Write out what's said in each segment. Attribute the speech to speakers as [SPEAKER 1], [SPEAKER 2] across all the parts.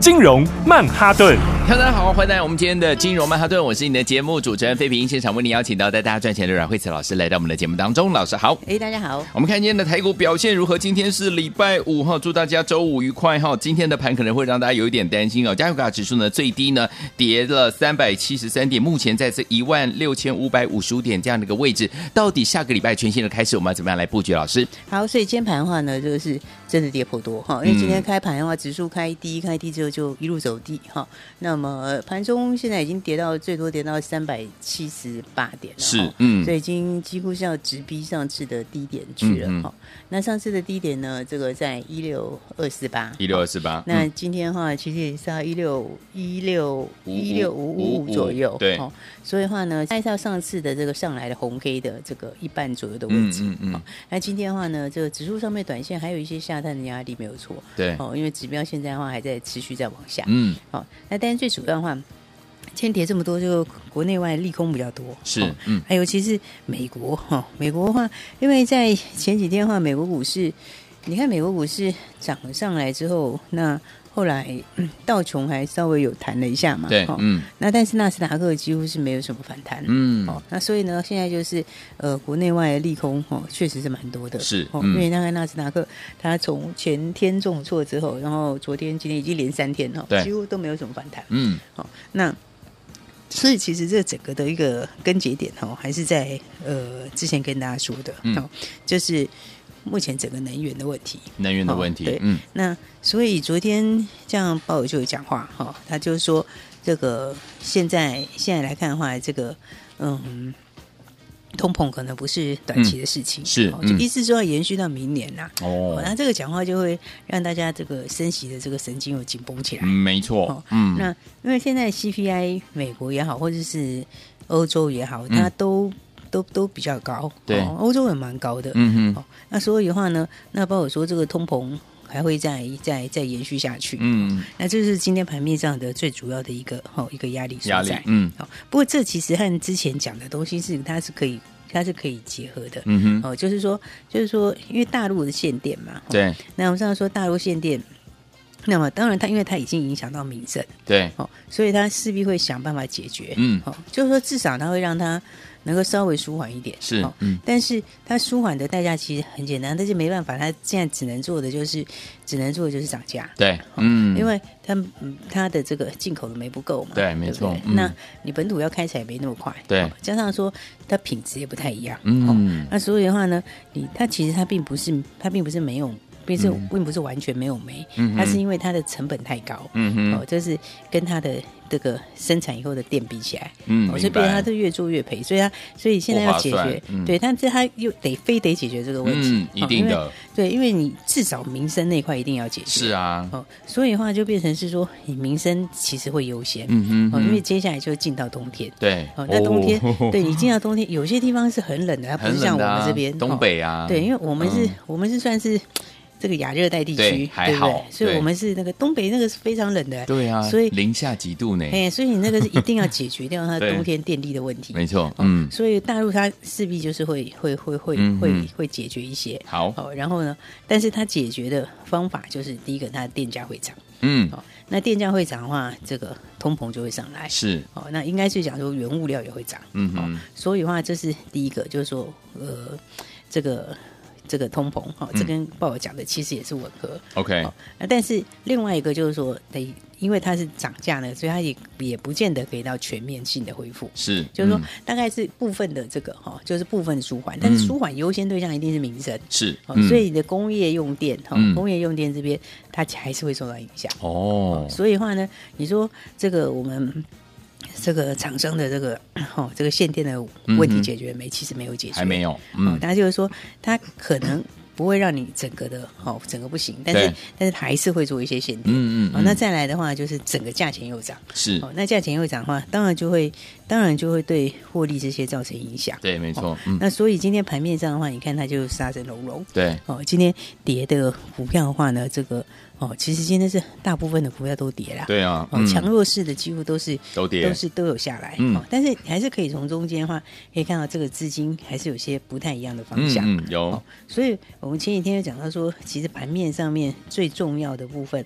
[SPEAKER 1] 金融曼哈顿。
[SPEAKER 2] 大家好，欢迎来到我们今天的金融曼哈顿，我是你的节目主持人费平，现场为你邀请到带大家赚钱的阮慧慈老师来到我们的节目当中，老师好。
[SPEAKER 3] 哎、大家好。
[SPEAKER 2] 我们看今天的台股表现如何？今天是礼拜五哈，祝大家周五愉快哈。今天的盘可能会让大家有一点担心哦。加权指数呢最低呢跌了三百七十三点，目前在这一万六千五百五十五点这样的一个位置。到底下个礼拜全新的开始，我们要怎么样来布局？老师，
[SPEAKER 3] 好，所以今天盘的话呢，就是真的跌颇多哈，因为今天
[SPEAKER 2] 嗯
[SPEAKER 3] 开盘的话，指数开低，开低之后就一路走低哈。那么呃盘中现在已经跌到最多跌到三百七十八点了，
[SPEAKER 2] 是
[SPEAKER 3] 哈
[SPEAKER 2] 嗯
[SPEAKER 3] 所以已经几乎是要直逼上次的低点去了
[SPEAKER 2] 嗯嗯
[SPEAKER 3] 哈。那上次的低点呢，这个在一六二四八，
[SPEAKER 2] 一六二四八，嗯
[SPEAKER 3] 那今天的话，其实也是要一六一六一六五五左右，
[SPEAKER 2] 对
[SPEAKER 3] 哦，所以的话呢，按照上次的这个上来的红 K 的这个一半左右的位
[SPEAKER 2] 嗯
[SPEAKER 3] 置，
[SPEAKER 2] 嗯嗯，
[SPEAKER 3] 那今天的话呢，这个指数上面短线还有一些下探的压力，没有错，
[SPEAKER 2] 对，
[SPEAKER 3] 哦，因为指标现在的话还在持续在往下，
[SPEAKER 2] 嗯，
[SPEAKER 3] 哦，那但是最主要的话，今天跌这么多，就国内外利空比较多，
[SPEAKER 2] 是
[SPEAKER 3] 哦，
[SPEAKER 2] 嗯，
[SPEAKER 3] 还有其是美国哈、美国的话，因为在前几天的话，美国股市，你看美国股市涨上来之后，那后来、嗯道琼还稍微有弹了一下嘛，
[SPEAKER 2] 对
[SPEAKER 3] 哦，
[SPEAKER 2] 嗯
[SPEAKER 3] 那但是纳斯达克几乎是没有什么反弹，
[SPEAKER 2] 嗯
[SPEAKER 3] 哦，，那所以呢，现在就是呃，国内外的利空哦，确实是蛮多的，
[SPEAKER 2] 是
[SPEAKER 3] 哦，
[SPEAKER 2] 嗯
[SPEAKER 3] 因为那个纳斯达克它从前天重挫之后，然后昨天、今天已经连三天哦
[SPEAKER 2] 对，
[SPEAKER 3] 几乎都没有什么反弹，
[SPEAKER 2] 嗯，
[SPEAKER 3] 哦，那所以其实这整个的一个根节点哦，还是在呃之前跟大家说的，
[SPEAKER 2] 嗯
[SPEAKER 3] 哦，就是目前整个能源的问题。
[SPEAKER 2] 能源的问
[SPEAKER 3] 哦
[SPEAKER 2] 题
[SPEAKER 3] 对，
[SPEAKER 2] 嗯，
[SPEAKER 3] 那所以昨天这样鲍尔就有讲话哈、哦，他就说这个现在现在来看的话，这个嗯。通膨可能不是短期的事情，
[SPEAKER 2] 是
[SPEAKER 3] 哦
[SPEAKER 2] 嗯
[SPEAKER 3] 就一直说要延续到明年啦、哦
[SPEAKER 2] 哦
[SPEAKER 3] 那这个讲话就会让大家这个升息的这个神经有紧绷起来
[SPEAKER 2] 嗯，。没
[SPEAKER 3] 哦
[SPEAKER 2] 错，嗯，
[SPEAKER 3] 那因为现在 CPI 美国也好，或者是欧洲也好，
[SPEAKER 2] 嗯
[SPEAKER 3] 它都、都都比较高，
[SPEAKER 2] 对
[SPEAKER 3] 哦欧、洲也蛮高的。
[SPEAKER 2] 嗯哼，
[SPEAKER 3] 哦，那所以的话呢，那包括说这个通膨还会再再再延续下去。
[SPEAKER 2] 嗯，
[SPEAKER 3] 那这是今天盘面上的最主要的一个哦一个压力所
[SPEAKER 2] 压力
[SPEAKER 3] 在。，
[SPEAKER 2] 嗯
[SPEAKER 3] 好、不过这其实和之前讲的东西是它是可以它是可以结合的。
[SPEAKER 2] 嗯哼，
[SPEAKER 3] 哦，就是说，就是说，因为大陆的限电嘛，哦
[SPEAKER 2] 对
[SPEAKER 3] 那我们上次说大陆限电，那么当然它因为它已经影响到民生，
[SPEAKER 2] 对，
[SPEAKER 3] 哦，所以他势必会想办法解决。
[SPEAKER 2] 嗯
[SPEAKER 3] 哦，就是说至少他会让他能够稍微舒缓一点。
[SPEAKER 2] 是
[SPEAKER 3] 哦，
[SPEAKER 2] 嗯
[SPEAKER 3] 但是他舒缓的代价其实很简单，但是没办法，他现在只能做的就是，只能做的就是涨价。
[SPEAKER 2] 对，嗯，
[SPEAKER 3] 哦因为他嗯他的这个进口的煤不够嘛，
[SPEAKER 2] 对
[SPEAKER 3] 不
[SPEAKER 2] 没错嗯
[SPEAKER 3] 那你本土要开采也没那么快，
[SPEAKER 2] 对
[SPEAKER 3] 哦加上说它品质也不太一样，哦
[SPEAKER 2] 嗯
[SPEAKER 3] 那所以的话呢，你它其实它并不是它并不是没有，并不是、并不是完全没有煤，
[SPEAKER 2] 嗯哼
[SPEAKER 3] 它是因为它的成本太高，
[SPEAKER 2] 嗯哼
[SPEAKER 3] 哦，就是跟它的这个生产以后的电比起来，
[SPEAKER 2] 嗯
[SPEAKER 3] 哦、所以
[SPEAKER 2] 明
[SPEAKER 3] 变成它
[SPEAKER 2] 白
[SPEAKER 3] 是越做越赔，所以它所以现在
[SPEAKER 2] 不
[SPEAKER 3] 要
[SPEAKER 2] 划
[SPEAKER 3] 解
[SPEAKER 2] 算
[SPEAKER 3] 决，
[SPEAKER 2] 嗯
[SPEAKER 3] 对，但是它又得非得解决这个问题，
[SPEAKER 2] 嗯，一
[SPEAKER 3] 哦
[SPEAKER 2] 定，
[SPEAKER 3] 因为
[SPEAKER 2] 的，
[SPEAKER 3] 对，因为你至少民生那一块一定要解决，
[SPEAKER 2] 是啊，
[SPEAKER 3] 哦，所以的话就变成是说，你民生其实会优先，
[SPEAKER 2] 嗯
[SPEAKER 3] 哦，因为
[SPEAKER 2] 哼，
[SPEAKER 3] 接下来就进到冬天。
[SPEAKER 2] 对，
[SPEAKER 3] 哦，那冬 天，
[SPEAKER 2] 哦
[SPEAKER 3] 对你进到冬天，有些地方是很冷的，它不
[SPEAKER 2] 很
[SPEAKER 3] 是像
[SPEAKER 2] 冷
[SPEAKER 3] 我
[SPEAKER 2] 的啊
[SPEAKER 3] 们这边
[SPEAKER 2] 东、
[SPEAKER 3] 哦
[SPEAKER 2] 北啊，
[SPEAKER 3] 对，因为我们是、
[SPEAKER 2] 嗯
[SPEAKER 3] 我们是算是这个亚热带地区，
[SPEAKER 2] 对
[SPEAKER 3] 对
[SPEAKER 2] 还
[SPEAKER 3] 不对
[SPEAKER 2] 好？
[SPEAKER 3] 所以
[SPEAKER 2] 对
[SPEAKER 3] 我们是那个东北那个是非常冷的，
[SPEAKER 2] 对啊，
[SPEAKER 3] 所以
[SPEAKER 2] 零下几度呢，
[SPEAKER 3] 哎，所以你那个是一定要解决掉它
[SPEAKER 2] 对
[SPEAKER 3] 冬天电力的问题。
[SPEAKER 2] 没错，嗯，
[SPEAKER 3] 所以大陆它势必就是会会会会
[SPEAKER 2] 嗯
[SPEAKER 3] 会
[SPEAKER 2] 嗯
[SPEAKER 3] 会解决一些。
[SPEAKER 2] 好，
[SPEAKER 3] 哦，然后呢？但是它解决的方法就是第一个，它的电价会涨。
[SPEAKER 2] 嗯，
[SPEAKER 3] 哦，那电价会涨的话，这个通膨就会上来。
[SPEAKER 2] 是，
[SPEAKER 3] 哦，那应该是讲说原物料也会涨。
[SPEAKER 2] 嗯
[SPEAKER 3] 哦
[SPEAKER 2] 哼，
[SPEAKER 3] 所以的话，这是第一个，就是说，呃，这个这个通膨，哈、哦，
[SPEAKER 2] 嗯
[SPEAKER 3] 这跟鲍尔讲的其实也是吻合。
[SPEAKER 2] ，OK，
[SPEAKER 3] 哦，那但是另外一个就是说，得因为它是涨价呢，所以它也也不见得给到全面性的恢复。
[SPEAKER 2] 是，
[SPEAKER 3] 就是说
[SPEAKER 2] 嗯，
[SPEAKER 3] 大概是部分的这个哈、哦，就是部分舒缓，但是舒缓优先对象一定是民生，
[SPEAKER 2] 是
[SPEAKER 3] 哦，
[SPEAKER 2] 嗯
[SPEAKER 3] 所以你的工业用电哈、哦
[SPEAKER 2] 嗯
[SPEAKER 3] 工业用电这边它还是会受到影响。
[SPEAKER 2] 哦，
[SPEAKER 3] 所以的话呢，你说这个我们这个厂商的这个 哦，这个限电的问
[SPEAKER 2] 嗯
[SPEAKER 3] 题
[SPEAKER 2] 哼
[SPEAKER 3] 解决没？其实没有解决，
[SPEAKER 2] 还没有，
[SPEAKER 3] 哦。
[SPEAKER 2] 嗯，
[SPEAKER 3] 那就是说，它可能不会让你整个的哦整个不行，但是
[SPEAKER 2] 对
[SPEAKER 3] 但是它还是会做一些限定。
[SPEAKER 2] 嗯嗯
[SPEAKER 3] 哦，那再来的话就是整个价钱又涨，
[SPEAKER 2] 是
[SPEAKER 3] 哦，那价钱又涨的话，当然就会当然就会对获利这些造成影响。
[SPEAKER 2] 对，没错，嗯，
[SPEAKER 3] 哦那所以今天盘面上的话，你看它就杀声隆隆。
[SPEAKER 2] 对，
[SPEAKER 3] 哦，今天跌的股票的话呢，这个哦，其实今天是大部分的股票都跌啦。
[SPEAKER 2] 对啊，
[SPEAKER 3] 哦，强弱势的几乎都是
[SPEAKER 2] 都跌
[SPEAKER 3] 都是都有下来。
[SPEAKER 2] 嗯
[SPEAKER 3] 哦，但是还是可以从中间的话，可以看到这个资金还是有些不太一样的方
[SPEAKER 2] 嗯
[SPEAKER 3] 向。
[SPEAKER 2] 嗯有
[SPEAKER 3] 哦，所以我们前几天有讲到说，其实盘面上面最重要的部分，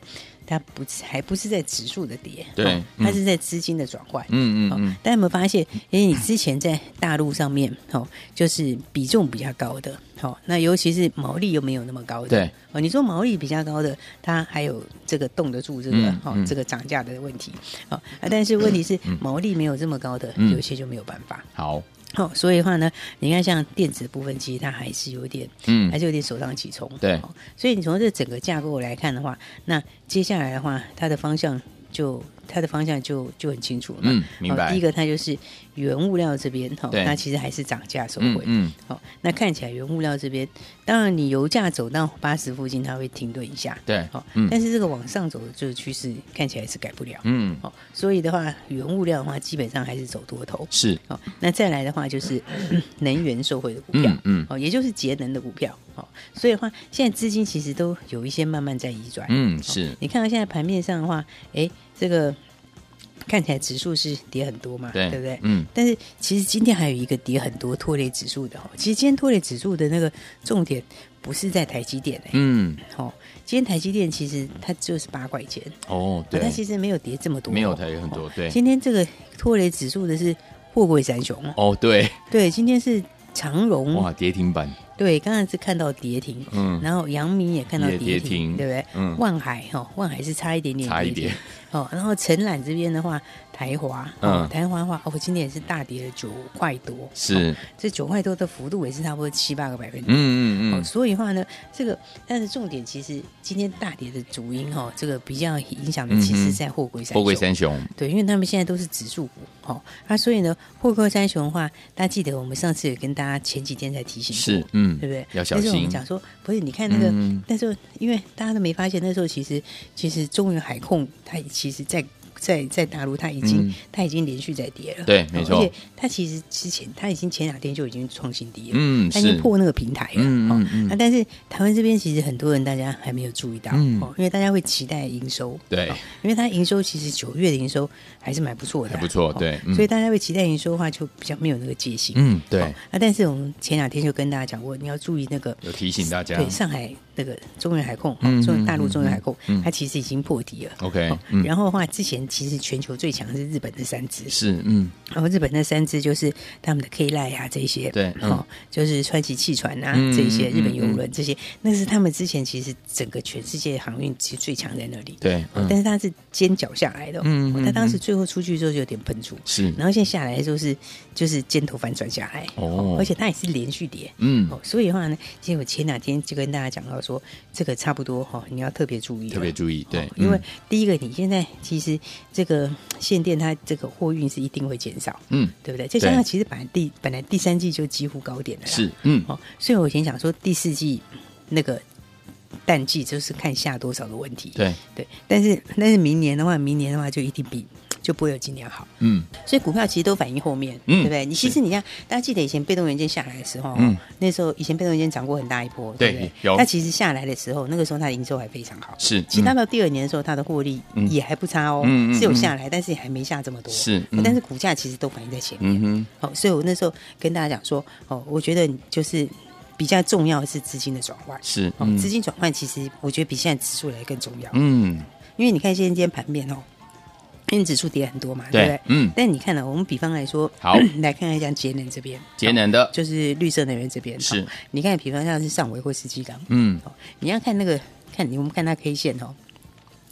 [SPEAKER 3] 它不是还不是在指数的跌，
[SPEAKER 2] 对
[SPEAKER 3] 哦
[SPEAKER 2] 嗯
[SPEAKER 3] 它是在资金的转换。
[SPEAKER 2] 嗯嗯
[SPEAKER 3] 哦
[SPEAKER 2] 嗯，
[SPEAKER 3] 大家有没有发现？因为你之前在大陆上面，哦，就是比重比较高的，哦，那尤其是毛利又没有那么高的，
[SPEAKER 2] 对，
[SPEAKER 3] 哦，你说毛利比较高的，它还有这个冻得住这个、
[SPEAKER 2] 嗯
[SPEAKER 3] 哦
[SPEAKER 2] 嗯
[SPEAKER 3] 这个涨价的问题，哦，啊，但是问题是、毛利没有这么高的，
[SPEAKER 2] 嗯
[SPEAKER 3] 有些就没有办法，
[SPEAKER 2] 好，
[SPEAKER 3] 哦，所以的话呢，你看像电子部分，其实它还是有点，
[SPEAKER 2] 嗯
[SPEAKER 3] 还是有点首当其冲，
[SPEAKER 2] 对
[SPEAKER 3] 哦所以你从这整个架构来看的话，那接下来的话，它的方向就它的方向就就很清楚了嘛，
[SPEAKER 2] 嗯明白
[SPEAKER 3] 哦第一个它就是原物料这边，哦，
[SPEAKER 2] 对
[SPEAKER 3] 它其实还是涨价收
[SPEAKER 2] 嗯
[SPEAKER 3] 回，
[SPEAKER 2] 嗯
[SPEAKER 3] 好、那看起来原物料这边，当然你油价走到八十附近，它会停顿一下，
[SPEAKER 2] 对
[SPEAKER 3] 好、
[SPEAKER 2] 嗯
[SPEAKER 3] 哦但是这个往上走的这个趋势看起来是改不了，
[SPEAKER 2] 嗯
[SPEAKER 3] 好、所以的话，原物料的话基本上还是走多头，
[SPEAKER 2] 是，
[SPEAKER 3] 好、那再来的话就是嗯能源受惠的股票
[SPEAKER 2] 嗯，嗯
[SPEAKER 3] 哦，也就是节能的股票，哦，所以的话，现在资金其实都有一些慢慢在移转，哦
[SPEAKER 2] 嗯是，
[SPEAKER 3] 你看到现在盘面上的话，哎，这个看起来指数是跌很多嘛，
[SPEAKER 2] 对
[SPEAKER 3] 不对？
[SPEAKER 2] 嗯
[SPEAKER 3] 但是其实今天还有一个跌很多拖累指数的哦。其实今天拖累指数的那个重点不是在台积电哎、
[SPEAKER 2] 嗯
[SPEAKER 3] 哦，今天台积电其实它就是八块钱，
[SPEAKER 2] 哦
[SPEAKER 3] 哦
[SPEAKER 2] 对
[SPEAKER 3] 它，其实没有跌这么多哦，
[SPEAKER 2] 没有跌很多对
[SPEAKER 3] 今天这个拖累指数的是货柜三雄哦，
[SPEAKER 2] 哦对，
[SPEAKER 3] 对，今天是长荣，
[SPEAKER 2] 哇跌停板，
[SPEAKER 3] 对，刚才是看到跌停，
[SPEAKER 2] 嗯
[SPEAKER 3] 然后阳明也看到
[SPEAKER 2] 也
[SPEAKER 3] 跌
[SPEAKER 2] 跌
[SPEAKER 3] 停，
[SPEAKER 2] 停
[SPEAKER 3] 对不对？
[SPEAKER 2] 嗯
[SPEAKER 3] 万海哈、哦，万海是差一点点
[SPEAKER 2] 差一
[SPEAKER 3] 跌停
[SPEAKER 2] 点
[SPEAKER 3] 哦。然后承揽这边的话，台华，哦
[SPEAKER 2] 嗯，
[SPEAKER 3] 台华的话，哦，今天也是大跌了九块多，
[SPEAKER 2] 是
[SPEAKER 3] 哦，这九块多的幅度也是差不多七八个百分点。
[SPEAKER 2] 嗯
[SPEAKER 3] 哦，
[SPEAKER 2] 嗯
[SPEAKER 3] 所以的话呢，这个但是重点其实今天大跌的主因哈、哦，这个比较影响的
[SPEAKER 2] 嗯哼
[SPEAKER 3] 其实是在货柜
[SPEAKER 2] 嗯，
[SPEAKER 3] 三
[SPEAKER 2] 货
[SPEAKER 3] 雄。
[SPEAKER 2] 柜三雄，
[SPEAKER 3] 对，因为他们现在都是指数股哦，啊，所以呢，货柜三雄的话，大家记得我们上次有跟大家前几天才提醒过
[SPEAKER 2] 是，嗯
[SPEAKER 3] 对不对？
[SPEAKER 2] 要小
[SPEAKER 3] 但是我
[SPEAKER 2] 心
[SPEAKER 3] 们讲说，不是你看那个，
[SPEAKER 2] 嗯
[SPEAKER 3] 那时候因为大家都没发现，那时候其实其实中原海控它其实在在在大陆它已经、
[SPEAKER 2] 嗯
[SPEAKER 3] 它已经连续在跌了，
[SPEAKER 2] 对没错
[SPEAKER 3] 而且它其实之前它已经前两天就已经创新低了，
[SPEAKER 2] 嗯
[SPEAKER 3] 它已经
[SPEAKER 2] 是
[SPEAKER 3] 破那个平台了，
[SPEAKER 2] 嗯嗯嗯
[SPEAKER 3] 啊，但是台湾这边其实很多人大家还没有注意到，
[SPEAKER 2] 嗯
[SPEAKER 3] 哦，因为大家会期待营收，
[SPEAKER 2] 对
[SPEAKER 3] 哦因为它营收其实九月的营收还是蛮不错的啊，
[SPEAKER 2] 还不错
[SPEAKER 3] 哦
[SPEAKER 2] 对嗯
[SPEAKER 3] 所以大家会期待营收的话，就比较没有那个戒心，
[SPEAKER 2] 嗯
[SPEAKER 3] 哦
[SPEAKER 2] 对，
[SPEAKER 3] 啊，但是我们前两天就跟大家讲过，你要注意那个
[SPEAKER 2] 有提醒大家
[SPEAKER 3] 对上海那个中原海控，
[SPEAKER 2] 嗯
[SPEAKER 3] 哦中
[SPEAKER 2] 嗯
[SPEAKER 3] 大陆
[SPEAKER 2] 嗯
[SPEAKER 3] 中原海控
[SPEAKER 2] 嗯，
[SPEAKER 3] 它其实已经破底了。
[SPEAKER 2] OK，
[SPEAKER 3] 哦
[SPEAKER 2] 嗯
[SPEAKER 3] 然后的话，之前其实全球最强是日本的三只，
[SPEAKER 2] 是嗯
[SPEAKER 3] 然后日本那三只就是他们的 K 赖啊这些，
[SPEAKER 2] 对嗯
[SPEAKER 3] 哦，就是川崎汽船啊
[SPEAKER 2] 嗯
[SPEAKER 3] 这些，
[SPEAKER 2] 嗯嗯
[SPEAKER 3] 日本游轮这些，那是他们之前其实整个全世界航运其实最强在那里，
[SPEAKER 2] 对
[SPEAKER 3] 哦
[SPEAKER 2] 嗯
[SPEAKER 3] 但是它是尖角下来的哦，
[SPEAKER 2] 嗯嗯
[SPEAKER 3] 哦
[SPEAKER 2] 嗯
[SPEAKER 3] 它当时最后出去之后就有点喷出，
[SPEAKER 2] 是
[SPEAKER 3] 然后现在下来就是就是尖头反转下来，
[SPEAKER 2] 哦
[SPEAKER 3] 而且它也是连续跌，
[SPEAKER 2] 嗯
[SPEAKER 3] 哦，所以的话呢，其实我前两天就跟大家讲到说，这个差不多哈、哦，你要特别注意了，
[SPEAKER 2] 特别注意对
[SPEAKER 3] 哦，因为
[SPEAKER 2] 嗯
[SPEAKER 3] 第一个，你现在其实这个限电，它这个货运是一定会减少，
[SPEAKER 2] 嗯
[SPEAKER 3] 对不对？再加上
[SPEAKER 2] 对
[SPEAKER 3] 其实本来第本来第三季就几乎高点了啦，
[SPEAKER 2] 是嗯
[SPEAKER 3] 哦，所以我以前想说第四季那个淡季就是看下多少的问题，
[SPEAKER 2] 对
[SPEAKER 3] 对，但是但是明年的话，明年的话就一定比就不会有今年好。
[SPEAKER 2] 嗯
[SPEAKER 3] 所以股票其实都反映后面，
[SPEAKER 2] 嗯
[SPEAKER 3] 对不对？你其实你看，大家记得以前被动元件下来的时候，
[SPEAKER 2] 嗯
[SPEAKER 3] 那时候以前被动元件涨过很大一波，
[SPEAKER 2] 对
[SPEAKER 3] 对不对？
[SPEAKER 2] 有
[SPEAKER 3] 它其实下来的时候，那个时候它的营收还非常好，
[SPEAKER 2] 是
[SPEAKER 3] 其实它
[SPEAKER 2] 嗯
[SPEAKER 3] 到第二年的时候，它的获利
[SPEAKER 2] 嗯
[SPEAKER 3] 也还不差哦，
[SPEAKER 2] 嗯嗯
[SPEAKER 3] 是有下来，但是也还没下这么多，
[SPEAKER 2] 是嗯
[SPEAKER 3] 但是股价其实都反映在前
[SPEAKER 2] 嗯
[SPEAKER 3] 面。
[SPEAKER 2] 哼
[SPEAKER 3] 哦，所以我那时候跟大家讲说，哦，我觉得就是比较重要的是资金的转换。
[SPEAKER 2] 是
[SPEAKER 3] 哦
[SPEAKER 2] 嗯，
[SPEAKER 3] 资金转换其实我觉得比现在指数来更重要，
[SPEAKER 2] 嗯
[SPEAKER 3] 因为你看现在盘面哦，因为指数跌很多嘛，对不
[SPEAKER 2] 对
[SPEAKER 3] 对？
[SPEAKER 2] 嗯
[SPEAKER 3] 但你看呢、我们比方来说，
[SPEAKER 2] 好
[SPEAKER 3] 来看看像节能这边，哦
[SPEAKER 2] 节能的
[SPEAKER 3] 就是绿色能源这边
[SPEAKER 2] 是
[SPEAKER 3] 哦你看，比方像是上维或是基钢，
[SPEAKER 2] 嗯
[SPEAKER 3] 哦，你要看那个看你我们看它 K 线哦，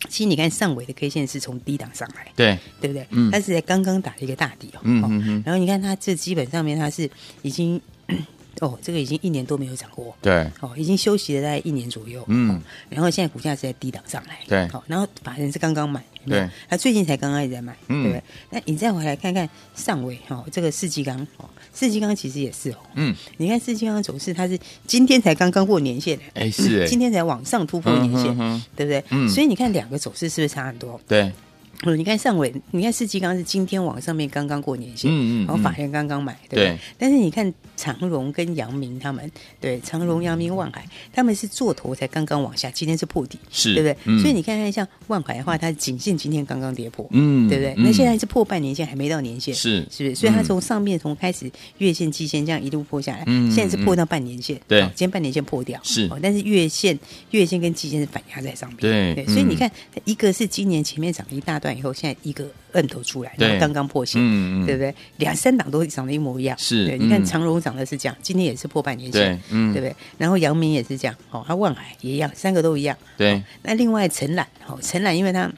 [SPEAKER 3] 其实你看上维的 K 线是从低档上来，
[SPEAKER 2] 对
[SPEAKER 3] 对不对？
[SPEAKER 2] 嗯
[SPEAKER 3] 它是在刚刚打了一个大底哦，
[SPEAKER 2] 嗯
[SPEAKER 3] 哦
[SPEAKER 2] 嗯嗯
[SPEAKER 3] 然后你看它这基本上面它是已经。 哦，这个已经一年多没有涨过，
[SPEAKER 2] 对，
[SPEAKER 3] 哦，已经休息了大概一年左右，哦
[SPEAKER 2] 嗯，
[SPEAKER 3] 然后现在股价是在低档上来，
[SPEAKER 2] 对
[SPEAKER 3] 好、然后法人是刚刚买，有没有
[SPEAKER 2] 对，
[SPEAKER 3] 他最近才刚刚也在买，
[SPEAKER 2] 嗯
[SPEAKER 3] 对不对？那你再回来看看上尾哦，这个世纪钢哦，世纪钢其实也是哦，
[SPEAKER 2] 嗯，
[SPEAKER 3] 你看世纪钢的走势，它是今天才刚刚过年线的，
[SPEAKER 2] 哎是哎
[SPEAKER 3] 嗯今天才往上突破年线，
[SPEAKER 2] 嗯哼哼
[SPEAKER 3] 对不对？
[SPEAKER 2] 嗯
[SPEAKER 3] 所以你看两个走势是不是差很多？
[SPEAKER 2] 对，
[SPEAKER 3] 哦，你看上尾，你看世纪刚是今天往上面刚刚过年线，
[SPEAKER 2] 嗯嗯嗯
[SPEAKER 3] 然后法人刚刚买，对不
[SPEAKER 2] 对
[SPEAKER 3] 对？但是你看长荣跟阳明他们，对长荣、阳明、万海，他们是做头才刚刚往下，今天是破底，
[SPEAKER 2] 是
[SPEAKER 3] 对不对？
[SPEAKER 2] 嗯
[SPEAKER 3] 所以你看看像万海的话，它仅限今天刚刚跌破，
[SPEAKER 2] 嗯
[SPEAKER 3] 对不对？那现在是破半年线，还没到年线，
[SPEAKER 2] 是
[SPEAKER 3] 是不是？所以它
[SPEAKER 2] 嗯
[SPEAKER 3] 从上面从开始月线、季线这样一路破下来，
[SPEAKER 2] 嗯
[SPEAKER 3] 现在是破到半年线，
[SPEAKER 2] 对
[SPEAKER 3] 哦今天半年线破掉，
[SPEAKER 2] 是
[SPEAKER 3] 哦但是月线、月线跟季线是反压在上面，
[SPEAKER 2] 对嗯
[SPEAKER 3] 所以你看，它一个是今年前面涨了一大段以后，现在一个摁头出来，然
[SPEAKER 2] 对
[SPEAKER 3] 后刚刚破线。
[SPEAKER 2] 嗯
[SPEAKER 3] 对不对？两三档都长得一模一样，
[SPEAKER 2] 是
[SPEAKER 3] 对。你看
[SPEAKER 2] 嗯
[SPEAKER 3] 长荣长得是这样，今天也是破半年线
[SPEAKER 2] 对，，嗯
[SPEAKER 3] 对不对？然后阳明也是这样，哦，啊，万海也一样，三个都一样。
[SPEAKER 2] 对
[SPEAKER 3] 那另外陈冉，哦，陈冉因为他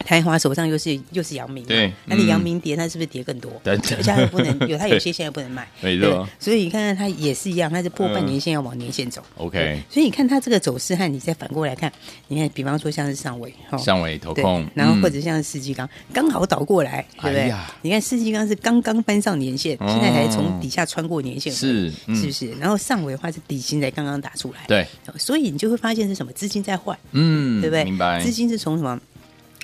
[SPEAKER 3] 台华手上又是又是阳明嘛，
[SPEAKER 2] 对
[SPEAKER 3] 那你
[SPEAKER 2] 嗯
[SPEAKER 3] 阳明跌，那是不是跌更多？
[SPEAKER 2] 等等
[SPEAKER 3] 而且它又不 能有，它有
[SPEAKER 2] 对
[SPEAKER 3] 些现在不能卖，
[SPEAKER 2] 没
[SPEAKER 3] 对
[SPEAKER 2] 错
[SPEAKER 3] 所以你看看它也是一样，它是破半
[SPEAKER 2] 嗯
[SPEAKER 3] 年线要往年线走。对
[SPEAKER 2] ，OK，
[SPEAKER 3] 所以你看它这个走势和你再反过来看，你看，比方说像是上尾，哦
[SPEAKER 2] 上尾投
[SPEAKER 3] 对
[SPEAKER 2] 控，，
[SPEAKER 3] 然后或
[SPEAKER 2] 嗯
[SPEAKER 3] 者像是世纪钢刚好倒过来，对不
[SPEAKER 2] 哎
[SPEAKER 3] 对
[SPEAKER 2] 呀？
[SPEAKER 3] 你看世纪钢是刚刚翻上年线，
[SPEAKER 2] 哦
[SPEAKER 3] 现在才从底下穿过年线，
[SPEAKER 2] 是嗯
[SPEAKER 3] 是不是？然后上尾的话是底薪才刚刚打出来，
[SPEAKER 2] 对，
[SPEAKER 3] 哦，所以你就会发现是什么资金在换，
[SPEAKER 2] 嗯，
[SPEAKER 3] 对不对？
[SPEAKER 2] 明白
[SPEAKER 3] 资，金是从什么？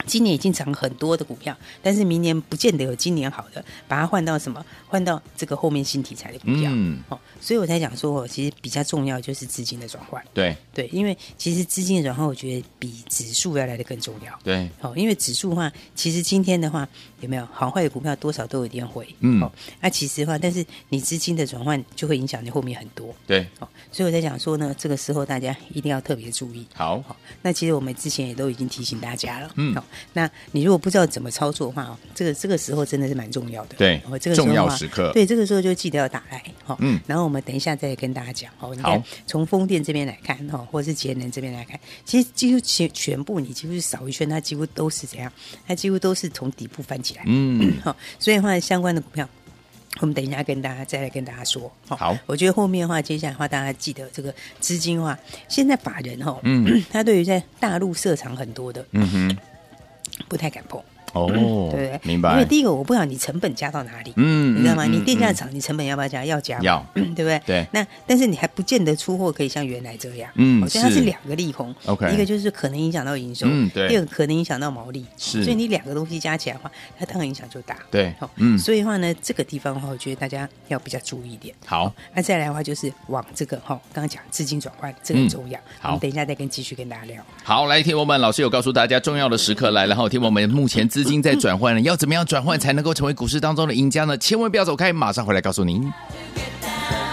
[SPEAKER 3] 今年已经涨很多的股票，但是明年不见得有今年好的，把它换到什么？换到这个后面新题材的股票。
[SPEAKER 2] 嗯，
[SPEAKER 3] 哦，所以我才讲说，哦，其实比较重要就是资金的转换。
[SPEAKER 2] 对
[SPEAKER 3] 对，因为其实资金的转换，我觉得比指数要来的更重要。
[SPEAKER 2] 对，
[SPEAKER 3] 哦，因为指数的话，其实今天的话有没有好坏的股票多少都有点回，
[SPEAKER 2] 嗯
[SPEAKER 3] 哦，那、其实的话，但是你资金的转换就会影响你后面很多，
[SPEAKER 2] 对，
[SPEAKER 3] 哦，所以我在讲说呢，这个时候大家一定要特别注意。
[SPEAKER 2] 好，
[SPEAKER 3] 好，那其实我们之前也都已经提醒大家了，
[SPEAKER 2] 嗯
[SPEAKER 3] 好，那你如果不知道怎么操作的话，哦，这个这个时候真的是蛮重要的，
[SPEAKER 2] 对
[SPEAKER 3] 哦，这个时候的话
[SPEAKER 2] 重要时刻
[SPEAKER 3] 对，这个时候就记得要打来，好、
[SPEAKER 2] 嗯
[SPEAKER 3] 然后我们等一下再跟大家讲，哦，你看
[SPEAKER 2] 好
[SPEAKER 3] 从风电这边来看，哦，或是节能这边来看，其实几乎全全部你几乎扫一圈，它几乎都是怎样，它几乎都是从底部翻起来，
[SPEAKER 2] 嗯，
[SPEAKER 3] 好、所以的话相关的股票。我们等一下跟大家再来跟大家说。哦
[SPEAKER 2] 好
[SPEAKER 3] 我觉得后面的话，接下来的话，大家记得这个资金的话，现在法人哈、哦，
[SPEAKER 2] 嗯
[SPEAKER 3] 他对于在大陆设厂很多的
[SPEAKER 2] 嗯哼，
[SPEAKER 3] 不太敢碰，
[SPEAKER 2] 哦，
[SPEAKER 3] 对不对？
[SPEAKER 2] 明
[SPEAKER 3] 因为
[SPEAKER 2] 白，
[SPEAKER 3] 第一个，我不晓得你成本加到哪里，
[SPEAKER 2] 嗯
[SPEAKER 3] 你知道吗？
[SPEAKER 2] 嗯
[SPEAKER 3] 你
[SPEAKER 2] 嗯
[SPEAKER 3] 电价
[SPEAKER 2] 嗯
[SPEAKER 3] 涨，你成本要不要加？要加嘛，
[SPEAKER 2] 要
[SPEAKER 3] 对不对？
[SPEAKER 2] 对
[SPEAKER 3] 那但是你还不见得出货可以像原来这样，
[SPEAKER 2] 嗯
[SPEAKER 3] 哦所以它
[SPEAKER 2] 是
[SPEAKER 3] 是两个利空
[SPEAKER 2] OK
[SPEAKER 3] 一个就是可能影响到营收，
[SPEAKER 2] 嗯对
[SPEAKER 3] 第二个可能影响到毛利，哦
[SPEAKER 2] 是
[SPEAKER 3] 所以你两个东西加起来的话，它当然影响就大，
[SPEAKER 2] 对
[SPEAKER 3] 哦
[SPEAKER 2] 嗯
[SPEAKER 3] 所以的话呢，这个地方的话，我觉得大家要比较注意一点。
[SPEAKER 2] 好，
[SPEAKER 3] 那再来的话，就是往这个哈，哦刚刚讲资金转换，这个
[SPEAKER 2] 嗯
[SPEAKER 3] 很重要。
[SPEAKER 2] 好
[SPEAKER 3] 我们等一下再跟继续跟大家聊。
[SPEAKER 2] 好，来，听我们老师有告诉大家重要的时刻来了哈，听我们目前资金在转换了，要怎么样转换才能够成为股市当中的赢家呢？千万不要走开，马上回来告诉您。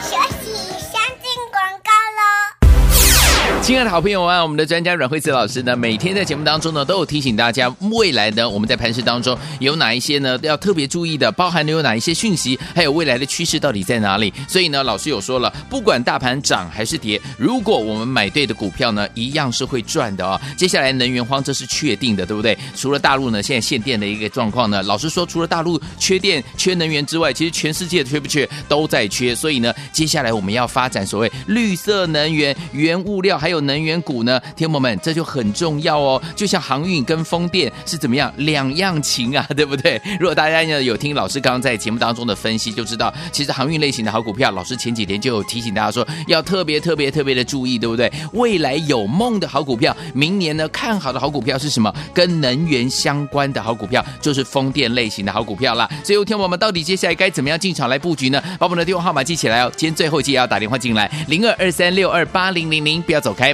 [SPEAKER 4] 学习先进广告喽。
[SPEAKER 2] 亲爱的好朋友啊，我们的专家阮慧慈老师呢，每天在节目当中呢，都有提醒大家，未来呢，我们在盘市当中有哪一些呢要特别注意的，包含了有哪一些讯息，还有未来的趋势到底在哪里。所以呢，老师有说了，不管大盘涨还是跌，如果我们买对的股票呢，一样是会赚的啊、接下来能源荒这是确定的，对不对？除了大陆呢，现在限电的一个状况呢，老师说，除了大陆缺电、缺能源之外，其实全世界缺不缺都在缺，所以呢，接下来我们要发展所谓绿色能源、原物料还有能源股呢，天友们这就很重要哦。就像航运跟风电是怎么样两样情啊，对不对？如果大家呢有听老师刚刚在节目当中的分析，就知道其实航运类型的好股票，老师前几天就有提醒大家说要特别特别特别的注意，对不对？未来有梦的好股票，明年呢看好的好股票是什么？跟能源相关的好股票就是风电类型的好股票啦。所以，天我们到底接下来该怎么样进场来布局呢？把我们的电话号码记起来哦。今天最后记得要打电话进来，零二二三六二八零零零，不要走开，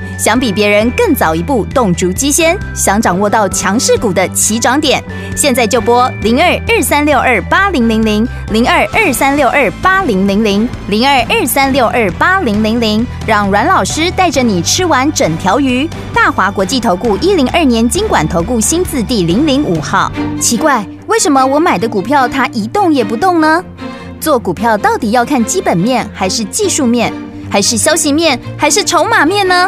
[SPEAKER 5] 想比别人更早一步动足机先，想掌握到强势股的起涨点，现在就拨零二二三六二八零零零零二二三六二八零零零零二二三六二八零零零，让阮老师带着你吃完整条鱼。大华国际投顾一零二年经管投顾新字第零零五号。奇怪，为什么我买的股票它一动也不动呢？做股票到底要看基本面，还是技术面，还是消息面，还是筹码面呢？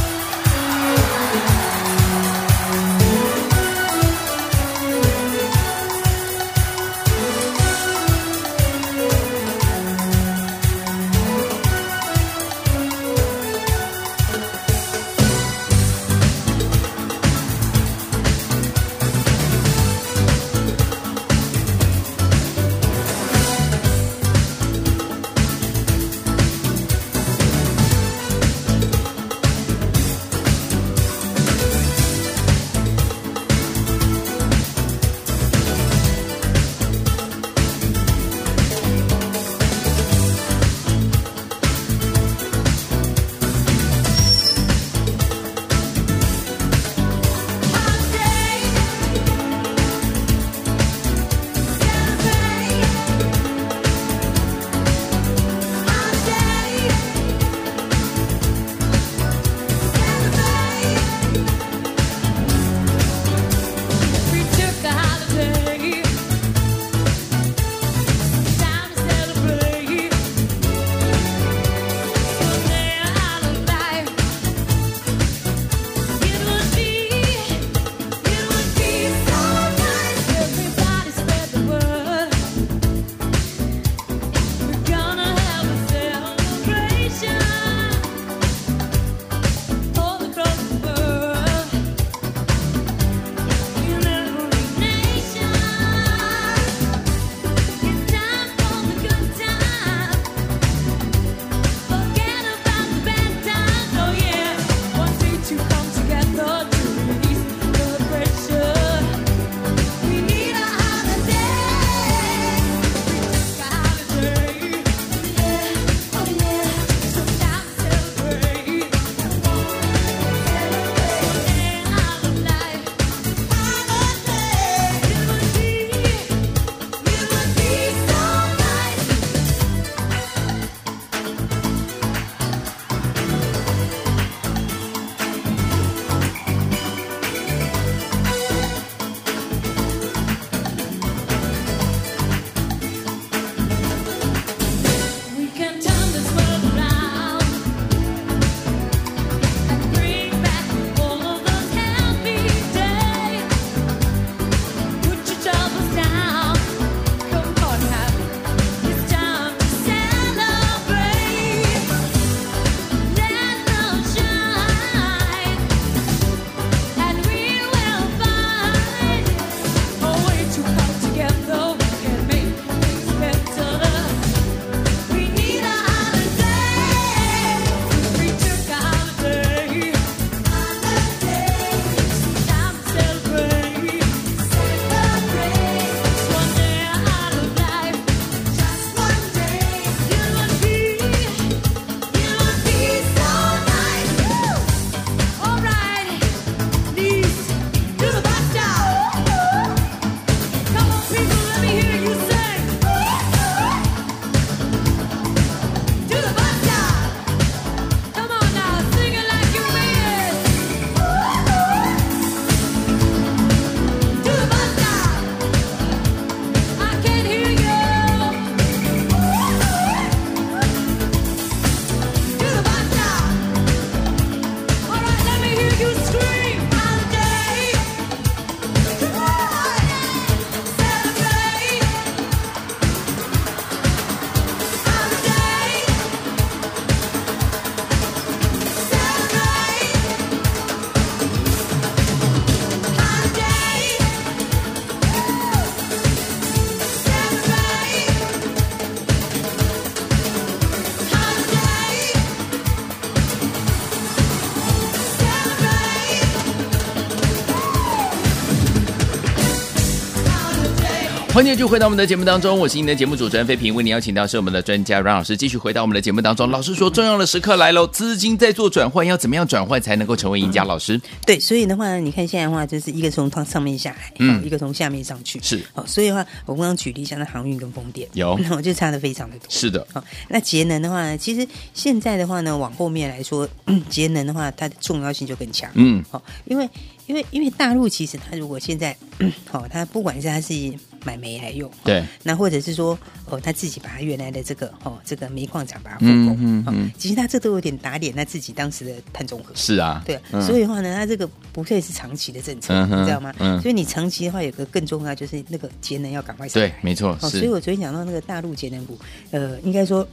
[SPEAKER 2] 欢迎就回到我们的节目当中，我是您的节目主持人飞平，为您邀请到是我们的专家阮老师，继续回到我们的节目当中。老师说，重要的时刻来喽，资金在做转换，要怎么样转换才能够成为赢家？老师
[SPEAKER 3] 对，所以的话呢，你看现在的话，就是一个从上上面下来，
[SPEAKER 2] 嗯
[SPEAKER 3] 嗯，一个从下面上去，
[SPEAKER 2] 是
[SPEAKER 3] 哦。所以的话，我刚刚举例像那航运跟风电，
[SPEAKER 2] 有
[SPEAKER 3] 那我就差的非常的多。
[SPEAKER 2] 是的，
[SPEAKER 3] 好，那节能的话呢，其实现在的话呢，往后面来说，节能的话，它的重要性就更强。
[SPEAKER 2] 嗯，
[SPEAKER 3] 好，因为因为因为大陆其实它如果现在，好，它不管是它是买煤来用，
[SPEAKER 2] 对，
[SPEAKER 3] 那或者是说，哦，他自己把他原来的这个哦，这个煤矿厂把它复
[SPEAKER 2] 嗯
[SPEAKER 3] 工，
[SPEAKER 2] 嗯嗯
[SPEAKER 3] 哦，其实他这都有点打脸他自己当时的碳中和。
[SPEAKER 2] 是啊，
[SPEAKER 3] 对，
[SPEAKER 2] 嗯
[SPEAKER 3] 所以的话呢，它这个不会是长期的政策，
[SPEAKER 2] 嗯哼
[SPEAKER 3] 你知道吗？
[SPEAKER 2] 嗯
[SPEAKER 3] 所以你长期的话，有个更重要就是那个节能要赶快上来
[SPEAKER 2] 对，没错，
[SPEAKER 3] 哦，所以
[SPEAKER 2] 是
[SPEAKER 3] 我昨天讲到那个大陆节能股，呃，应 该说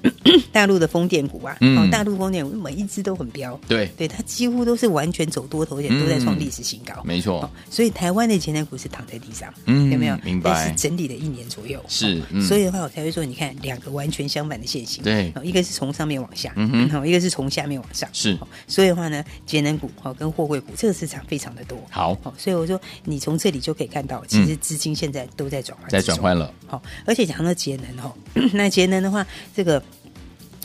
[SPEAKER 3] 大陆的风电股啊，
[SPEAKER 2] 嗯
[SPEAKER 3] 哦，大陆风电股每一只都很彪，
[SPEAKER 2] 对，
[SPEAKER 3] 对，它几乎都是完全走多头，而且都在创历史新高。
[SPEAKER 2] 没错
[SPEAKER 3] 哦，所以台湾的节能股是躺在地上，
[SPEAKER 2] 嗯
[SPEAKER 3] 有没有？
[SPEAKER 2] 明白
[SPEAKER 3] 但是整理了一年左右，
[SPEAKER 2] 是
[SPEAKER 3] 哦
[SPEAKER 2] 嗯
[SPEAKER 3] 所以的话，我才会说，你看两个完全相反的现形，
[SPEAKER 2] 对
[SPEAKER 3] 哦，一个是从上面往下，
[SPEAKER 2] 嗯哼
[SPEAKER 3] 哦，一个是从下面往上，
[SPEAKER 2] 是
[SPEAKER 3] 哦所以的话呢，节能股哦跟货柜股这个市场非常的多，
[SPEAKER 2] 好
[SPEAKER 3] 哦，所以我说你从这里就可以看到，其实资金现在都在转换之
[SPEAKER 2] 嗯
[SPEAKER 3] 中，
[SPEAKER 2] 在转换了，
[SPEAKER 3] 好，而且讲到节能哦， 那节能的话，这个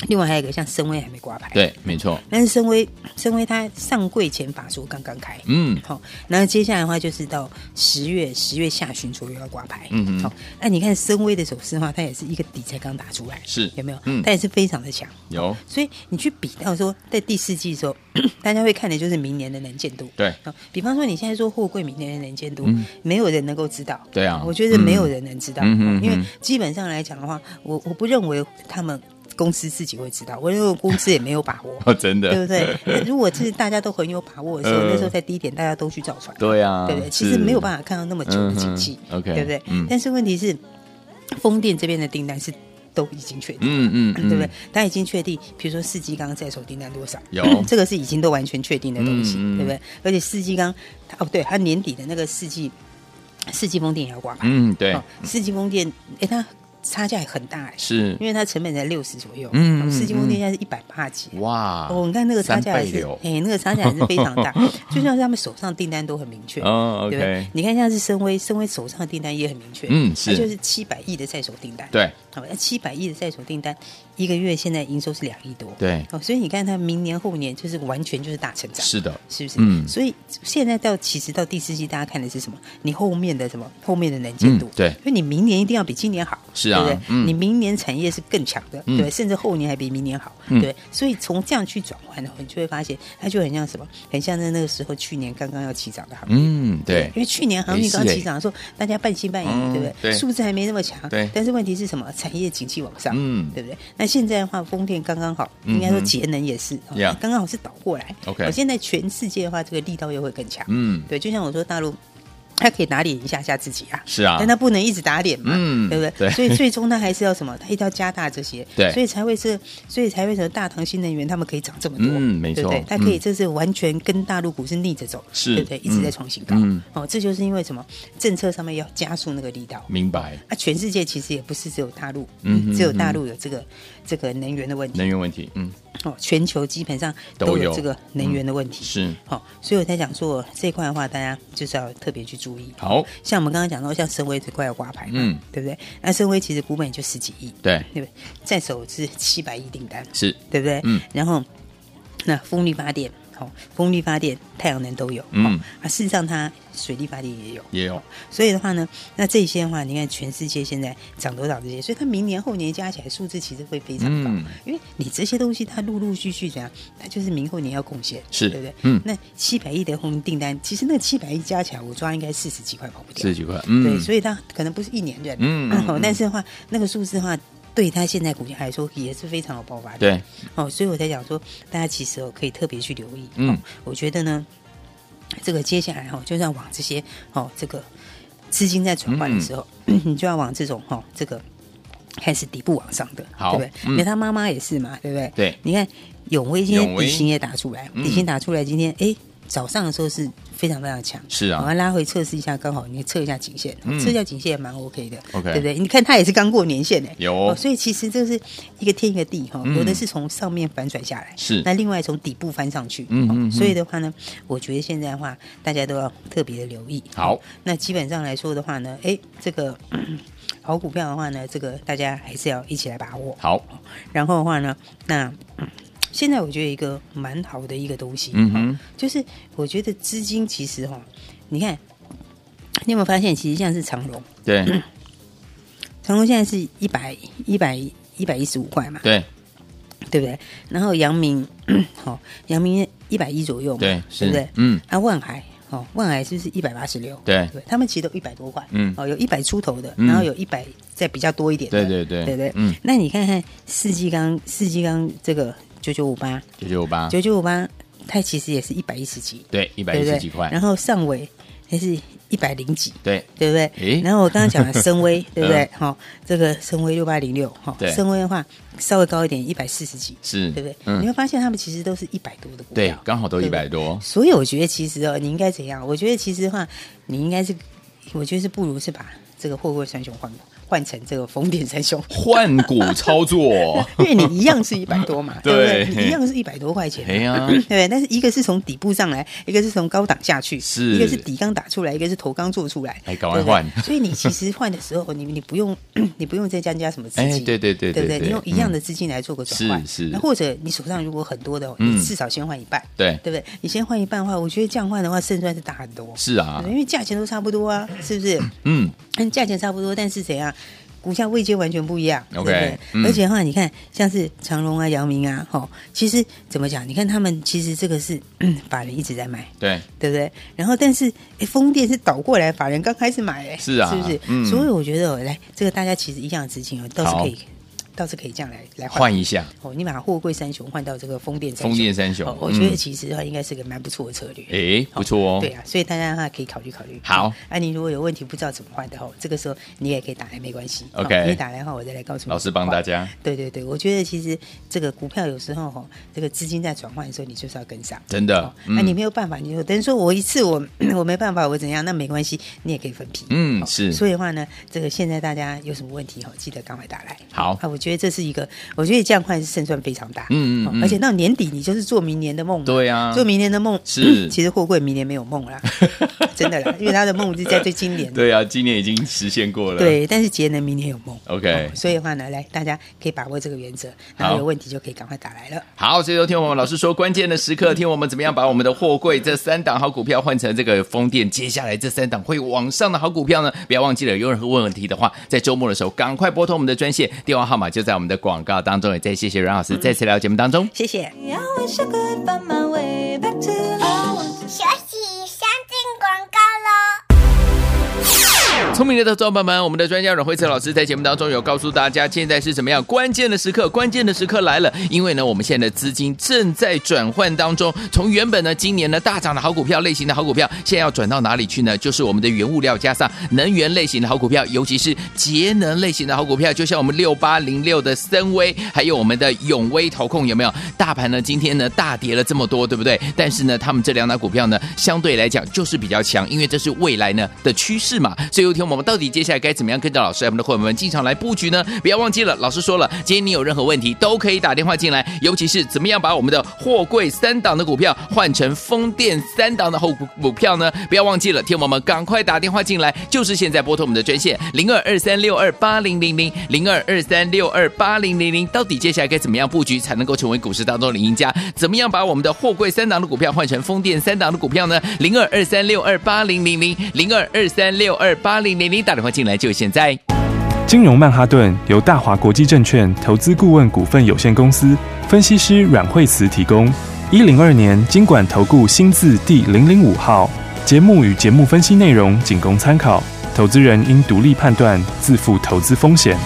[SPEAKER 3] 另外还有一个像深威还没挂牌，
[SPEAKER 2] 对，没错，
[SPEAKER 3] 但是深威，深威它上柜前法说刚刚开，
[SPEAKER 2] 嗯，
[SPEAKER 3] 好、那接下来的话就是到十月十月下旬左右要挂牌，
[SPEAKER 2] 嗯哼
[SPEAKER 3] 好、那你看深威的走势的话，它也是一个底才刚打出来，
[SPEAKER 2] 是
[SPEAKER 3] 有没有？
[SPEAKER 2] 嗯
[SPEAKER 3] 它也是非常的强，
[SPEAKER 2] 有，
[SPEAKER 3] 所以你去比到说，在第四季的时候， 大家会看的就是明年的能见度。
[SPEAKER 2] 对
[SPEAKER 3] 哦，比方说你现在说货柜明年的能见度，
[SPEAKER 2] 嗯
[SPEAKER 3] 没有人能够知道。
[SPEAKER 2] 对啊
[SPEAKER 3] 我觉得没有人能知道，
[SPEAKER 2] 嗯嗯
[SPEAKER 3] 哦因为
[SPEAKER 2] 嗯。
[SPEAKER 3] 基本上来讲的话，我我不认为他们公司自己会知道，我认为公司也没有把握
[SPEAKER 2] 哦，真
[SPEAKER 3] 对
[SPEAKER 2] 的
[SPEAKER 3] 不，对？ 那如果是大家都很有把握的时候，
[SPEAKER 2] 呃
[SPEAKER 3] 那时候在低点大家都去造船，
[SPEAKER 2] 对啊，
[SPEAKER 3] 对不对？其实没有
[SPEAKER 2] 法，
[SPEAKER 3] 办法看到那么久的景气
[SPEAKER 2] 嗯哼，OK，
[SPEAKER 3] 对不对
[SPEAKER 2] 嗯？
[SPEAKER 3] 但是问题是，风电这边的订单是都已经确定，
[SPEAKER 2] 嗯嗯，嗯
[SPEAKER 3] 对不对？？他已经确定，比如说四季钢在手订单多少，
[SPEAKER 2] 有
[SPEAKER 3] 这个是已经都完全确定的东西，
[SPEAKER 2] 嗯嗯
[SPEAKER 3] 对不对？而且四季钢，它哦，对，它年底的那个四季四季风电也要挂牌，
[SPEAKER 2] 嗯，对
[SPEAKER 3] 哦，，四季风电，哎，它差价也很大哎，
[SPEAKER 2] 是，
[SPEAKER 3] 因为它成本才六十左右，哦
[SPEAKER 2] 嗯嗯
[SPEAKER 3] 四季风电现在是一百八几。
[SPEAKER 2] 哇，
[SPEAKER 3] 哦，你看那个
[SPEAKER 2] 啊
[SPEAKER 3] 差
[SPEAKER 2] 三
[SPEAKER 3] 价
[SPEAKER 2] 倍
[SPEAKER 3] 也是
[SPEAKER 2] 流，，
[SPEAKER 3] 哎，那个差价也是非常大， 就像是他们手上订单都很明确，
[SPEAKER 2] 哦
[SPEAKER 3] 对不对
[SPEAKER 2] ，OK，？
[SPEAKER 3] 你看像是深威，深威手上的订单也很明确，
[SPEAKER 2] 嗯是
[SPEAKER 3] 它就是七百亿的在手订单，
[SPEAKER 2] 对，
[SPEAKER 3] 好，那七百亿的在手订单，一个月现在营收是两亿多，
[SPEAKER 2] 对
[SPEAKER 3] 哦，所以你看它明年后年就是完全就是大成长，
[SPEAKER 2] 是的，
[SPEAKER 3] 是不是？
[SPEAKER 2] 嗯
[SPEAKER 3] 所以现在到其实到第四季，大家看的是什么？你后面的什么？后面的能见度
[SPEAKER 2] 嗯，对
[SPEAKER 3] 因为你明年一定要比今年好，
[SPEAKER 2] 是啊
[SPEAKER 3] 对不对？
[SPEAKER 2] 嗯
[SPEAKER 3] 你明年产业是更强的，
[SPEAKER 2] 嗯
[SPEAKER 3] 对，甚至后年还比明年好，
[SPEAKER 2] 嗯
[SPEAKER 3] 对。所以从这样去转换的话，你就会发现它就很像什么？很像在那个时候去年刚刚要起涨的行业。
[SPEAKER 2] 嗯，对
[SPEAKER 3] 因，为去年航运刚
[SPEAKER 2] 没事欸
[SPEAKER 3] 起涨的时候，大家半信半疑，
[SPEAKER 2] 嗯
[SPEAKER 3] 对不
[SPEAKER 2] 对
[SPEAKER 3] 对？数字还没那么强，
[SPEAKER 2] 对
[SPEAKER 3] 但是问题是什么？产业景气往上，
[SPEAKER 2] 嗯
[SPEAKER 3] 对不对？那现在的话，风电刚刚好，
[SPEAKER 2] 嗯哼
[SPEAKER 3] 应该说节能也是，哦
[SPEAKER 2] Yeah
[SPEAKER 3] 刚刚好是倒过来。
[SPEAKER 2] OK
[SPEAKER 3] 哦现在全世界的话，这个力道又会更强。
[SPEAKER 2] 嗯，
[SPEAKER 3] 对，就像我说，大陆它可以打脸一下下自己啊，
[SPEAKER 2] 是啊
[SPEAKER 3] 但，他不能一直打脸嘛，
[SPEAKER 2] 嗯
[SPEAKER 3] 对不
[SPEAKER 2] 对
[SPEAKER 3] 对？所以最终他还是要什么？他一定要加大这些，
[SPEAKER 2] 对
[SPEAKER 3] 所以才会是，所以才会什么大唐新能源他们可以涨这么多，
[SPEAKER 2] 嗯没错
[SPEAKER 3] 对不对？它可以这是完全跟大陆股市逆着走，
[SPEAKER 2] 是
[SPEAKER 3] 对不对？一直在创新高，
[SPEAKER 2] 嗯
[SPEAKER 3] 哦，这就是因为什么？政策上面要加速那个力道。
[SPEAKER 2] 明白，
[SPEAKER 3] 啊，全世界其实也不是只有大陆，
[SPEAKER 2] 嗯哼
[SPEAKER 3] 只有大陆有这个这个能源的问
[SPEAKER 2] 能
[SPEAKER 3] 题
[SPEAKER 2] 源问题，嗯，
[SPEAKER 3] 哦，全球基本上
[SPEAKER 2] 都
[SPEAKER 3] 都
[SPEAKER 2] 有
[SPEAKER 3] 有这个能源的问题，
[SPEAKER 2] 是，
[SPEAKER 3] 好、所以我才讲说这一块的话，大家就是要特别去注意。
[SPEAKER 2] 好，
[SPEAKER 3] 像我们刚刚讲到，像深威最快要挂牌嘛，
[SPEAKER 2] 嗯
[SPEAKER 3] 对不对？那深威其实股本也就十几亿，
[SPEAKER 2] 对，
[SPEAKER 3] 对不对？在手是七百亿订单，
[SPEAKER 2] 是，
[SPEAKER 3] 对不对？
[SPEAKER 2] 嗯。
[SPEAKER 3] 然后，那风力发电，好、风力发电、太阳能都有，
[SPEAKER 2] 嗯
[SPEAKER 3] 哦啊，事实上它水力发电也有，
[SPEAKER 2] 也有，
[SPEAKER 3] 所以的话呢，那这些的话，你看全世界现在涨多少这些，所以它明年后年加起来数字其实会非常高，
[SPEAKER 2] 嗯
[SPEAKER 3] 因为你这些东西它陆陆续续怎样，它就是明后年要贡献，
[SPEAKER 2] 是
[SPEAKER 3] 对不对？
[SPEAKER 2] 嗯
[SPEAKER 3] 那七百亿的红订单，其实那七百亿加起来，我抓应该四十几块跑不掉，
[SPEAKER 2] 四十几块，
[SPEAKER 3] 对，
[SPEAKER 2] 嗯，
[SPEAKER 3] 所以它可能不是一年认，
[SPEAKER 2] 嗯嗯嗯
[SPEAKER 3] 但是的话，那个数字的话。对它现在股价来说也是非常有爆发力，
[SPEAKER 2] 嗯对，
[SPEAKER 3] 哦，所以我才讲说，大家其实哦可以特别去留意。
[SPEAKER 2] 嗯
[SPEAKER 3] 哦，我觉得呢，这个接下来哦，就是要往这些哦这个资金在转换的时候，
[SPEAKER 2] 嗯
[SPEAKER 3] 你就要往这种哦这个开始底部往上的，
[SPEAKER 2] 好
[SPEAKER 3] 对不对？
[SPEAKER 2] 嗯
[SPEAKER 3] 因为他妈妈也是嘛，对不对？
[SPEAKER 2] 对
[SPEAKER 3] 你看永威今天
[SPEAKER 2] 永威
[SPEAKER 3] 底薪也打出来，
[SPEAKER 2] 嗯
[SPEAKER 3] 底薪打出来，今天哎。早上的时候是非常非常强，
[SPEAKER 2] 是啊
[SPEAKER 3] 我要拉回测试一下，刚好你测一下颈线，哦
[SPEAKER 2] 嗯
[SPEAKER 3] 测一下颈线也蛮 OK 的
[SPEAKER 2] OK
[SPEAKER 3] 对不对？你看它也是刚过年线哎，
[SPEAKER 2] 有
[SPEAKER 3] 哦所以其实这是一个天一个地哈，
[SPEAKER 2] 嗯
[SPEAKER 3] 有的是从上面反转下来，
[SPEAKER 2] 是
[SPEAKER 3] 那另外从底部翻上去，
[SPEAKER 2] 嗯
[SPEAKER 3] 哦
[SPEAKER 2] 嗯嗯
[SPEAKER 3] 所以的话呢，我觉得现在的话，大家都要特别的留意。
[SPEAKER 2] 好
[SPEAKER 3] 哦，那基本上来说的话呢，哎，这个。嗯 好股票的话呢，这个大家还是要一起来把握。
[SPEAKER 2] 好，
[SPEAKER 3] 然后的话呢，那、 嗯现在我觉得一个蛮好的一个东西，哦
[SPEAKER 2] 嗯哼，
[SPEAKER 3] 就是我觉得资金其实哈，你看，你有没有发现，其实像是长隆，
[SPEAKER 2] 对
[SPEAKER 3] 长隆现在是一百一百一百一十五块嘛，
[SPEAKER 2] 对
[SPEAKER 3] 对不对？然后阳明， 好、阳明一百一左右嘛，
[SPEAKER 2] 对
[SPEAKER 3] 对
[SPEAKER 2] 是
[SPEAKER 3] 不对？
[SPEAKER 2] 嗯
[SPEAKER 3] 啊，万海，哦，万海是不是一百八十六？
[SPEAKER 2] 对
[SPEAKER 3] 对，他们其实都一百多块，
[SPEAKER 2] 嗯
[SPEAKER 3] 哦，有一百出头的，
[SPEAKER 2] 嗯
[SPEAKER 3] 然后有一百再比较多一点的，
[SPEAKER 2] 对对对
[SPEAKER 3] 对对，
[SPEAKER 2] 嗯
[SPEAKER 3] 那你看看四季钢，四季钢这个九九五八，
[SPEAKER 2] 九九八
[SPEAKER 3] 九九五八，它其实也是一百一十几，
[SPEAKER 2] 啊对一百
[SPEAKER 3] 对
[SPEAKER 2] 一
[SPEAKER 3] 不
[SPEAKER 2] 十
[SPEAKER 3] 对？
[SPEAKER 2] 几块
[SPEAKER 3] 然，后上尾还是一百零几，
[SPEAKER 2] 对
[SPEAKER 3] 对不对
[SPEAKER 2] 诶？嗯
[SPEAKER 3] 然后我刚刚讲了 深威，对不对？好，这个深威六八零六，哈
[SPEAKER 2] 对，
[SPEAKER 3] 深威的话稍微高一点，一百四十几，
[SPEAKER 2] 是
[SPEAKER 3] 对不对？
[SPEAKER 2] 嗯
[SPEAKER 3] 你会发现他们其实都是一百多的股
[SPEAKER 2] 对
[SPEAKER 3] 票，，
[SPEAKER 2] 刚好都
[SPEAKER 3] 对
[SPEAKER 2] 一
[SPEAKER 3] 不对
[SPEAKER 2] 百多，
[SPEAKER 3] 所以我觉得其实哦，你应该怎样？我觉得其实的话，你应该是，我觉得是不如是把这个货柜三雄换换成这个风电三雄。
[SPEAKER 2] 换股操作，
[SPEAKER 3] 因为你一样是一百多嘛，对
[SPEAKER 2] 对
[SPEAKER 3] 不对？你一样是一百多块钱嘛，
[SPEAKER 2] 哎呀
[SPEAKER 3] 对不对？但是一个是从底部上来，一个是从高档下去，
[SPEAKER 2] 是
[SPEAKER 3] 一个是底钢打出来，一个是头钢做出来，
[SPEAKER 2] 哎赶快
[SPEAKER 3] 对不对
[SPEAKER 2] 换
[SPEAKER 3] 所以你其实换的时候，你你不用你不用再增加什么资
[SPEAKER 2] 哎
[SPEAKER 3] 金，
[SPEAKER 2] 对对对
[SPEAKER 3] 对不
[SPEAKER 2] 对
[SPEAKER 3] 对？
[SPEAKER 2] 对嗯
[SPEAKER 3] 你用一样的资金来做个转换，
[SPEAKER 2] 是是
[SPEAKER 3] 那或者你手上如果很多的哦，
[SPEAKER 2] 嗯
[SPEAKER 3] 你至少先换一半，
[SPEAKER 2] 对
[SPEAKER 3] 对不对？你先换一半的话，我觉得这样换的话胜算是大很多，
[SPEAKER 2] 是啊
[SPEAKER 3] 对，因为价钱都差不多啊，是不是？
[SPEAKER 2] 嗯，
[SPEAKER 3] 跟价钱差不多，但是怎样，股价位阶完全不一样
[SPEAKER 2] OK，
[SPEAKER 3] 对不对？
[SPEAKER 2] 嗯
[SPEAKER 3] 而且的话，你看像是长隆啊、阳明啊，哈，其实怎么讲？你看他们其实这个是嗯法人一直在买，
[SPEAKER 2] 对，
[SPEAKER 3] 对不对？然后但是哎，风电是倒过来，法人刚开始买，哎，
[SPEAKER 2] 是啊
[SPEAKER 3] 是不是？
[SPEAKER 2] 嗯
[SPEAKER 3] 所以我觉得哦来这个大家其实一样的资金哦，倒是可以，倒是可以这样来来换。
[SPEAKER 2] 换一下
[SPEAKER 3] 哦，你把货柜三雄换到这个风电三雄，
[SPEAKER 2] 风电三雄
[SPEAKER 3] 哦，我觉得
[SPEAKER 2] 嗯
[SPEAKER 3] 其实的话应该是个蛮不错的策略。
[SPEAKER 2] 哎不错哦
[SPEAKER 3] 对啊，所以大家的话可以考虑考虑。
[SPEAKER 2] 好
[SPEAKER 3] 哦，啊，你如果有问题不知道怎么换的话，这个时候你也可以打来，没关系。哦
[SPEAKER 2] OK
[SPEAKER 3] 你打来的话，我再来告诉你。
[SPEAKER 2] 老师帮大。家，
[SPEAKER 3] 对对对，我觉得其实这个股票有时候哈，这个资金在转换的时候，你就是要跟上。
[SPEAKER 2] 真的
[SPEAKER 3] 哦那、
[SPEAKER 2] 嗯
[SPEAKER 3] 你没有办法，你就等于说我一次我我没办法，我怎样？那没关系，你也可以分批。
[SPEAKER 2] 嗯
[SPEAKER 3] 哦
[SPEAKER 2] 是
[SPEAKER 3] 所以的话呢，这个现在大家有什么问题哈，记得赶快打来。
[SPEAKER 2] 好
[SPEAKER 3] 啊，我觉得这是一个，我觉得这样换是胜算非常大。
[SPEAKER 2] 嗯嗯
[SPEAKER 3] 哦
[SPEAKER 2] 嗯
[SPEAKER 3] 而且到年底你就是做明年的梦嘛。
[SPEAKER 2] 对啊
[SPEAKER 3] 做明年的梦
[SPEAKER 2] 是
[SPEAKER 3] 其实货柜明年没有梦 啦，真的啦，因为他的梦是在对今年。
[SPEAKER 2] 对啊，今年已经实现过了，
[SPEAKER 3] 对，但是节能明年有梦。
[SPEAKER 2] OK
[SPEAKER 3] 所以的话呢，来大家可以把握这个原则，然
[SPEAKER 2] 好
[SPEAKER 3] 后有问题就可以赶快打来了。
[SPEAKER 2] 好，这周听我们老师说，关键的时刻，听我们怎么样把我们的货柜这三档好股票换成这个风电，接下来这三档会往上的好股票呢？不要忘记了，有任何问题的话，在周末的时候赶快拨通我们的专线，电话号码就在我们的广告当中。也再谢谢阮老师再次来到节目当中。
[SPEAKER 3] 谢谢。
[SPEAKER 6] I wish I could find my way back to love.
[SPEAKER 4] 学习先进广告喽。
[SPEAKER 2] 聪明的投资者朋友们，我们的专家阮慧慈老师在节目当中有告诉大家，现在是怎么样关键的时刻，关键的时刻来了，因为呢，我们现在的资金正在转换当中，从原本呢今年呢大涨的好股票类型的好股票，现在要转到哪里去呢？就是我们的原物料加上能源类型的好股票，尤其是节能类型的好股票，就像我们六八零六的森威，还有我们的永威投控，有没有？大盘呢今天呢大跌了这么多，对不对？但是呢，他们这两档股票呢，相对来讲就是比较强，因为这是未来呢的趋势嘛。所以，有一天我们到底接下来该怎么样跟着老师，我们的伙伴们进场来布局呢？不要忘记了，老师说了，今天你有任何问题都可以打电话进来，尤其是怎么样把我们的货柜三档的股票换成风电三档的后股股票呢？不要忘记了，天王们赶快打电话进来，就是现在拨通我们的专线零二二三六二八零零零零二二三六二八零零零，到底接下来该怎么样布局才能够成为股市当中的赢家？怎么样把我们的货柜三档的股票换成风电三档的股票呢？零二二三六二八零零零零二二三六二八零零零，打电话进来就现在。
[SPEAKER 1] 金融曼哈顿由大华国际证券投资顾问股份有限公司分析师阮惠慈提供。一零二年经管投顾新字第零零五号。节目与节目分析内容仅供参考，投资人应独立判断，自负投资风险。